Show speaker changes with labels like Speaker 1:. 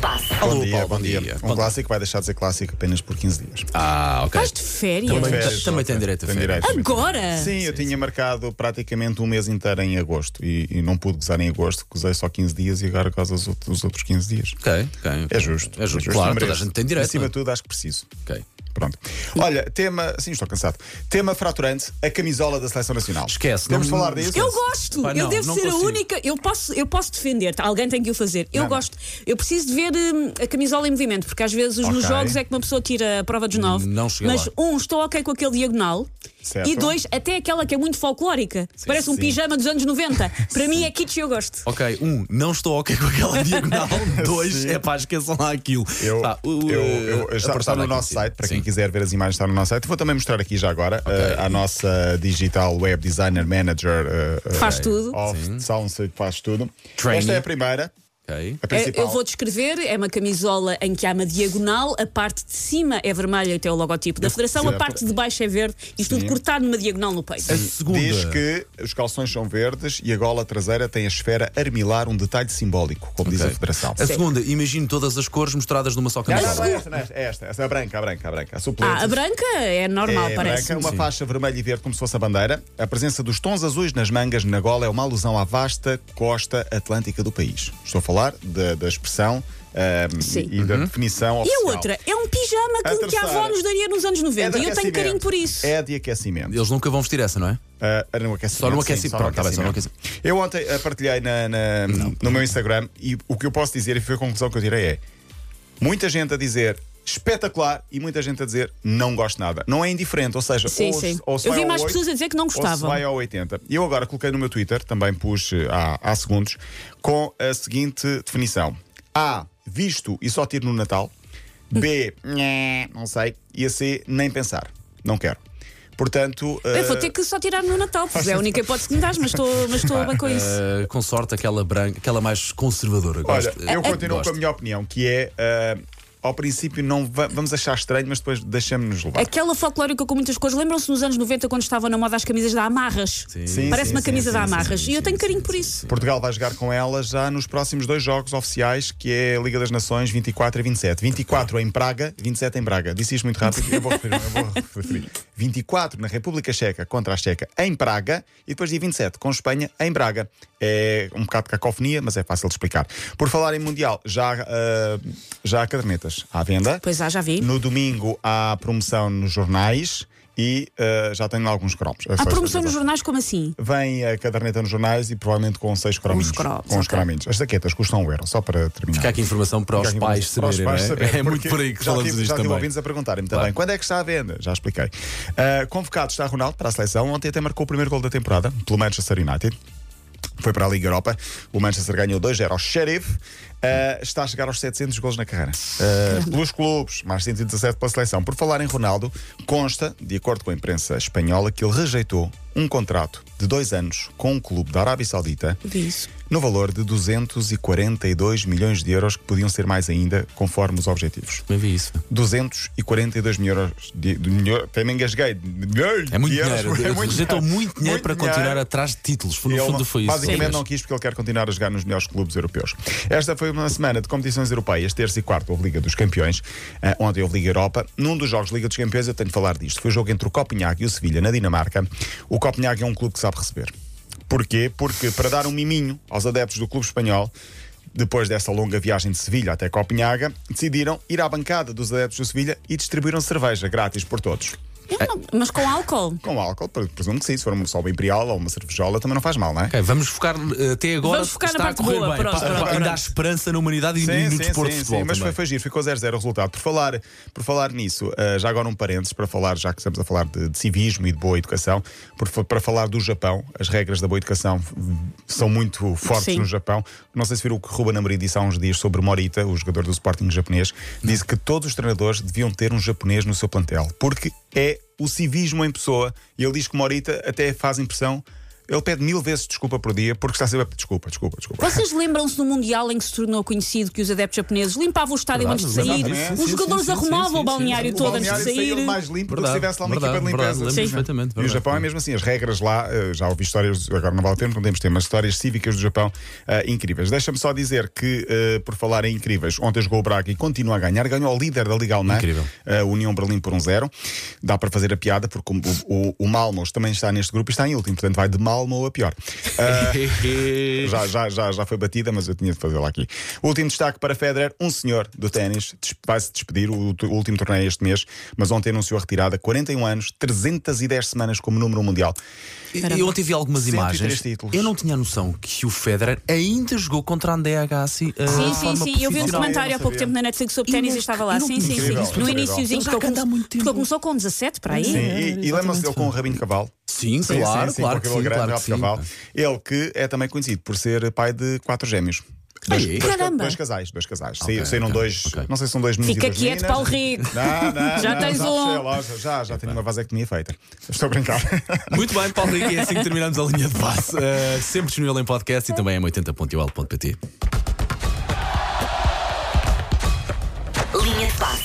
Speaker 1: passe.
Speaker 2: Alô,
Speaker 3: Bom dia,
Speaker 2: Paulo,
Speaker 3: bom dia.
Speaker 2: Um
Speaker 3: Bom dia.
Speaker 2: clássico vai deixar de ser clássico apenas por 15 dias.
Speaker 3: Ah, ok.
Speaker 1: Vais de férias?
Speaker 3: Também,
Speaker 2: Férias,
Speaker 3: também
Speaker 2: ok.
Speaker 3: tem direito a
Speaker 2: Tem
Speaker 3: férias. Ah,
Speaker 2: direito.
Speaker 1: Agora?
Speaker 2: Sim, eu tinha marcado praticamente um mês inteiro em agosto e, e não pude gozar em agosto, gozei só 15 dias e agora gozo os outros, os outros 15 dias.
Speaker 3: Ok, ok.
Speaker 2: É justo.
Speaker 3: É justo. Claro,
Speaker 2: eu
Speaker 3: toda a
Speaker 2: mereço.
Speaker 3: gente tem direito.
Speaker 2: Acima
Speaker 3: não é?
Speaker 2: de tudo, acho que preciso.
Speaker 3: Ok.
Speaker 2: Pronto. Olha, tema. Sim, estou cansado. Tema fraturante: a camisola da seleção nacional.
Speaker 3: Esquece,
Speaker 2: Temos de
Speaker 3: não-
Speaker 2: falar disso.
Speaker 1: Eu gosto,
Speaker 3: Pá,
Speaker 1: eu
Speaker 3: não,
Speaker 1: devo
Speaker 3: não
Speaker 1: ser
Speaker 3: consigo.
Speaker 1: a única. Eu posso, eu posso defender, alguém tem que o fazer. Eu
Speaker 2: Não, não.
Speaker 1: gosto, eu preciso de ver hum, a camisola em movimento, porque às vezes os- nos
Speaker 2: Ok.
Speaker 1: jogos é que uma pessoa tira a prova dos nove.
Speaker 3: Hum, Não chega
Speaker 1: mas
Speaker 3: lá.
Speaker 1: um, estou ok com aquele diagonal.
Speaker 2: Certo.
Speaker 1: E dois, até aquela que é muito folclórica. Parece um
Speaker 2: sim.
Speaker 1: pijama dos anos 90. Para mim é kitsch e eu gosto.
Speaker 3: Ok, um, não estou ok com aquela diagonal. Dois,
Speaker 2: Sim.
Speaker 3: é pá, esqueçam lá aquilo.
Speaker 2: Eu,
Speaker 3: Pá, o-
Speaker 2: eu- eu-
Speaker 3: a
Speaker 2: está, está
Speaker 3: portada
Speaker 2: no
Speaker 3: é
Speaker 2: nosso
Speaker 3: conhecida.
Speaker 2: site, para
Speaker 3: Sim.
Speaker 2: quem quiser ver as imagens, está no nosso site. Vou também mostrar aqui já agora eh, a nossa digital web designer manager. eh, eh,
Speaker 1: Faz tudo.
Speaker 2: Of Sound, faz tudo.
Speaker 3: Trainee.
Speaker 2: Esta é a primeira,
Speaker 3: Ok.
Speaker 2: a
Speaker 1: É,
Speaker 2: principal.
Speaker 1: eu vou descrever, é uma camisola em que há uma diagonal, a parte de cima é vermelha e tem o logotipo da Federação, a
Speaker 2: certo.
Speaker 1: parte de baixo é verde, isto tudo cortado numa diagonal no peito.
Speaker 3: A segunda.
Speaker 2: Diz que os calções são verdes e a gola traseira tem a esfera armilar, um detalhe simbólico, como diz a
Speaker 3: Ok.
Speaker 2: Federação.
Speaker 3: A segunda, imagino todas as cores mostradas numa só
Speaker 2: Não,
Speaker 3: camisola.
Speaker 2: não, não é esta, não é esta, é esta, essa é a branca, a branca, a branca. A suplente.
Speaker 1: Ah, a branca é normal,
Speaker 2: é
Speaker 1: parece.
Speaker 2: branca, uma
Speaker 3: Sim.
Speaker 2: faixa vermelha e verde como se fosse a bandeira. A presença dos tons azuis nas mangas na gola é uma alusão à vasta costa atlântica do país. Estou a falar da- da expressão ahm,
Speaker 1: Sim.
Speaker 2: e da definição
Speaker 1: E
Speaker 2: oficial.
Speaker 1: a outra é um pijama
Speaker 2: A
Speaker 1: que, que a avó
Speaker 2: terceira.
Speaker 1: nos daria nos anos
Speaker 2: É
Speaker 1: 90
Speaker 2: de
Speaker 1: e eu tenho
Speaker 2: aquecimento.
Speaker 1: carinho por isso.
Speaker 2: É de aquecimento.
Speaker 3: Eles nunca vão vestir essa, não é?
Speaker 2: Ah, era no aquecimento.
Speaker 3: Só no
Speaker 2: sim,
Speaker 3: aquecimento.
Speaker 2: só no
Speaker 3: Pronto, tá bem, só no
Speaker 2: aquecimento. Eu ontem ah, partilhei na- na- no meu Instagram e o que eu posso dizer, e foi a conclusão que eu tirei, é muita gente a dizer. Espetacular, e muita gente a dizer não gosto nada. Não é indiferente, ou seja,
Speaker 1: Sim,
Speaker 2: ou, se-
Speaker 1: sim.
Speaker 2: ou se
Speaker 1: Eu
Speaker 2: vai
Speaker 1: vi
Speaker 2: ao
Speaker 1: mais
Speaker 2: 8,
Speaker 1: pessoas a dizer que não
Speaker 2: ou se
Speaker 1: gostavam.
Speaker 2: vai ao 80. E eu agora coloquei no meu Twitter, também pus eh, há, há segundos, com a seguinte definição: A. Visto e só tiro no Natal. B.
Speaker 1: Hum.
Speaker 2: nhé, Não sei. E a C. Nem pensar. Não quero. Portanto. eh,
Speaker 1: Eu vou ter que só tirar no Natal, porque é a única hipótese que me dás, mas estou mas estou bem com isso.
Speaker 3: Ah, com sorte, aquela branca, aquela mais conservadora.
Speaker 2: Olha,
Speaker 3: Gosto. É, eh,
Speaker 2: eu continuo
Speaker 3: Gosto.
Speaker 2: com a minha opinião, que é. eh, ao princípio, não va- vamos achar estranho, mas depois deixamos-nos levar.
Speaker 3: É
Speaker 1: Aquela folclórica com muitas cores, lembram-se nos anos 90 quando estavam na moda as camisas de amarras?
Speaker 2: Sim,
Speaker 1: Parece
Speaker 2: sim,
Speaker 1: uma
Speaker 2: sim,
Speaker 1: camisa
Speaker 2: sim,
Speaker 1: de
Speaker 2: sim,
Speaker 1: amarras
Speaker 3: sim,
Speaker 1: e eu
Speaker 3: sim,
Speaker 1: tenho
Speaker 3: sim,
Speaker 1: carinho
Speaker 3: sim,
Speaker 1: por
Speaker 3: sim,
Speaker 1: isso.
Speaker 2: Portugal vai jogar com ela já nos próximos dois jogos oficiais, que é a Liga das Nações 24 e 27. 24 em Praga, 27 em Braga. Disse isto muito rápido, eu vou referir. Eu vou referir. 24 na República Checa contra a Checa em Praga e depois dia 27 com Espanha em Braga. É um bocado de cacofonia, mas é fácil de explicar. Por falar em Mundial, já, ah, já há cadernetas à venda.
Speaker 1: Pois há, já vi.
Speaker 2: No domingo há promoção nos jornais e ah, já tenho lá alguns cromos.
Speaker 1: Há promoção nos jornais como assim?
Speaker 2: Vem a caderneta nos jornais e provavelmente com seis crominhos.
Speaker 1: cromos,
Speaker 2: com os
Speaker 1: ok.
Speaker 2: crominhos. As jaquetas custam um euro, só para terminar.
Speaker 3: Fica aqui informação para os
Speaker 2: Fica aqui
Speaker 3: pais
Speaker 2: para os
Speaker 3: saberem.
Speaker 2: pais
Speaker 3: não é?
Speaker 2: saberem,
Speaker 3: é muito
Speaker 2: porque
Speaker 3: por aí que
Speaker 2: já
Speaker 3: falamos
Speaker 2: tive,
Speaker 3: disto
Speaker 2: Já tive
Speaker 3: também.
Speaker 2: ouvintes a perguntarem-me também.
Speaker 3: Claro.
Speaker 2: Quando é que está à venda? Já expliquei. Ah, convocado está Ronaldo para a seleção. Ontem até marcou o primeiro gol da temporada pelo Manchester United. Foi para a Liga Europa. O Manchester ganhou 2-0 ao Sheriff. Ah, está a chegar aos 700 gols na carreira. Ah, pelos clubes, mais 117 pela seleção. Por falar em Ronaldo, consta, de acordo com a imprensa espanhola, que ele rejeitou um contrato de dois anos com um clube da Arábia Saudita
Speaker 1: Vi isso.
Speaker 2: no valor de 242 milhões de euros, que podiam ser mais ainda, conforme os objetivos.
Speaker 3: Eu vi isso.
Speaker 2: 242 mil euros. De, de, milho- até me engasguei. De milhões
Speaker 3: É muito
Speaker 2: de euros,
Speaker 3: dinheiro.
Speaker 2: é
Speaker 3: Ele Rejeitou
Speaker 2: dinheiro.
Speaker 3: muito dinheiro
Speaker 2: Muito
Speaker 3: para
Speaker 2: dinheiro.
Speaker 3: continuar atrás de títulos. Foi-
Speaker 2: E
Speaker 3: No
Speaker 2: ele
Speaker 3: fundo
Speaker 2: não-
Speaker 3: foi isso.
Speaker 2: Basicamente
Speaker 3: Sim.
Speaker 2: não quis porque ele quer continuar a jogar nos melhores clubes europeus. Esta foi uma semana de competições europeias, terça e quarta houve Liga dos Campeões, ah, ontem houve Liga Europa. Num dos jogos Liga dos Campeões eu tenho de falar disto. Foi o jogo entre o Copenhague e o Sevilha na Dinamarca. O Copenhague é um clube que sabe receber. Porquê? Porque para dar um miminho aos adeptos do clube espanhol, depois dessa longa viagem de Sevilha até Copenhaga, decidiram ir à bancada dos adeptos do Sevilha e distribuíram cerveja grátis por todos.
Speaker 1: Eu não- Mas com álcool.
Speaker 2: Com álcool, presumo que sim. Se for só uma imperial ou uma cervejola, também não faz mal, não é?
Speaker 3: Ok, vamos focar eh, até agora.
Speaker 1: Vamos focar na
Speaker 3: está
Speaker 1: parte
Speaker 3: a correr
Speaker 1: boa,
Speaker 3: bem.
Speaker 1: pronto,
Speaker 3: Pá,
Speaker 1: pronto,
Speaker 3: Ainda há
Speaker 1: pronto.
Speaker 3: esperança na humanidade e e no desporto de futebol.
Speaker 2: mas foi,
Speaker 3: também.
Speaker 2: foi giro, ficou 0-0 o resultado. Por falar, por falar nisso, ah, já agora um parênteses para falar, já que estamos a falar de, de civismo e de boa educação, por fa- para falar do Japão, as regras da boa educação hum, são muito fortes
Speaker 1: Sim.
Speaker 2: no Japão. Não sei se viram o que Ruben Amorim disse há uns dias sobre Morita, o jogador do Sporting japonês, disse que todos os treinadores deviam ter um japonês no seu plantel, porque é o civismo em pessoa. E ele diz que Morita até faz impressão Ele pede mil vezes desculpa por dia porque está sempre a pedir desculpa, desculpa, desculpa.
Speaker 1: Vocês lembram-se do Mundial em que se tornou conhecido que os adeptos japoneses limpavam o estádio
Speaker 3: Verdade,
Speaker 1: antes de sair?
Speaker 2: exatamente.
Speaker 1: Os
Speaker 3: Sim, sim,
Speaker 1: jogadores
Speaker 3: sim,
Speaker 1: arrumavam
Speaker 3: sim,
Speaker 1: o
Speaker 3: sim,
Speaker 1: balneário
Speaker 3: sim.
Speaker 1: todo
Speaker 2: o balneário
Speaker 1: antes de
Speaker 2: saiu
Speaker 1: sair.
Speaker 2: mais limpo do que
Speaker 3: Verdade,
Speaker 2: se tivesse lá uma
Speaker 3: verdade,
Speaker 2: equipa de
Speaker 3: verdade,
Speaker 2: limpeza.
Speaker 3: lembro
Speaker 2: Sim.
Speaker 3: perfeitamente,
Speaker 2: E o
Speaker 3: verdade.
Speaker 2: Japão é mesmo assim, as regras lá, eh, já ouvi histórias, agora não vale a pena, porque não temos tempo, mas histórias cívicas do Japão eh, incríveis. Deixa-me só dizer que, eh, por falar em incríveis, ontem jogou o Braga e continua a ganhar, ganhou o líder da Liga Alemã,
Speaker 3: Incrível.
Speaker 2: a União Berlim por 1-0. Dá para fazer a piada, porque o, o, o Malmo também está neste grupo e está em último, portanto vai de Malmo a pior. Ah, já, já, já, já foi batida, mas eu tinha de fazê-la aqui. Último destaque para Federer, um senhor do ténis, des- vai-se despedir, o, t- o último torneio é este mês, mas ontem anunciou a retirada, 41 anos, 310 semanas como número um mundial.
Speaker 3: E Eu ontem vi algumas
Speaker 2: 103
Speaker 3: imagens.
Speaker 2: títulos.
Speaker 3: Eu não tinha noção que o Federer ainda jogou contra André Agassi. uh,
Speaker 1: Sim,
Speaker 3: de
Speaker 1: sim,
Speaker 3: forma
Speaker 1: sim. Eu vi um
Speaker 3: profissional.
Speaker 1: documentário há pouco
Speaker 2: sabia.
Speaker 1: tempo na Netflix sobre
Speaker 3: E
Speaker 1: ténis e
Speaker 3: não-
Speaker 1: estava lá.
Speaker 3: e não-
Speaker 1: sim, sim,
Speaker 2: Incrível,
Speaker 1: sim. No
Speaker 2: incrível.
Speaker 1: iníciozinho,
Speaker 3: Ele já
Speaker 1: porque, eu
Speaker 3: canta há
Speaker 1: come-
Speaker 3: muito tempo.
Speaker 1: porque ele começou com 17 para aí.
Speaker 2: Sim, e, e lembram-se dele com o Rabinho de Cavalo?
Speaker 3: Sim, claro,
Speaker 2: sim,
Speaker 3: claro
Speaker 2: com
Speaker 3: que
Speaker 2: aquele
Speaker 3: sim,
Speaker 2: grande
Speaker 3: claro que
Speaker 2: rabo de
Speaker 3: sim.
Speaker 2: cavalo. Ele que é também conhecido por ser pai de quatro gêmeos.
Speaker 3: Ah,
Speaker 2: Dois,
Speaker 3: é?
Speaker 2: dois,
Speaker 1: Caramba.
Speaker 2: dois casais, dois casais.
Speaker 3: Ok,
Speaker 2: Sa- Saíram
Speaker 3: ok,
Speaker 2: dois,
Speaker 3: ok.
Speaker 2: não sei se são dois meninos.
Speaker 1: Fica
Speaker 2: e duas
Speaker 1: quieto,
Speaker 2: meninas.
Speaker 1: Paulo Rico.
Speaker 2: Não, não,
Speaker 1: Já
Speaker 2: não,
Speaker 1: tens
Speaker 2: já
Speaker 1: um.
Speaker 2: puxei lá, já- Já, já tenho uma vasectomia feita. Estou a brincar.
Speaker 3: Muito bem, Paulo Rico, é assim que terminamos a linha de passe. Uh, sempre disponível em podcast e também em 80.ol.pt.
Speaker 4: Linha de passe.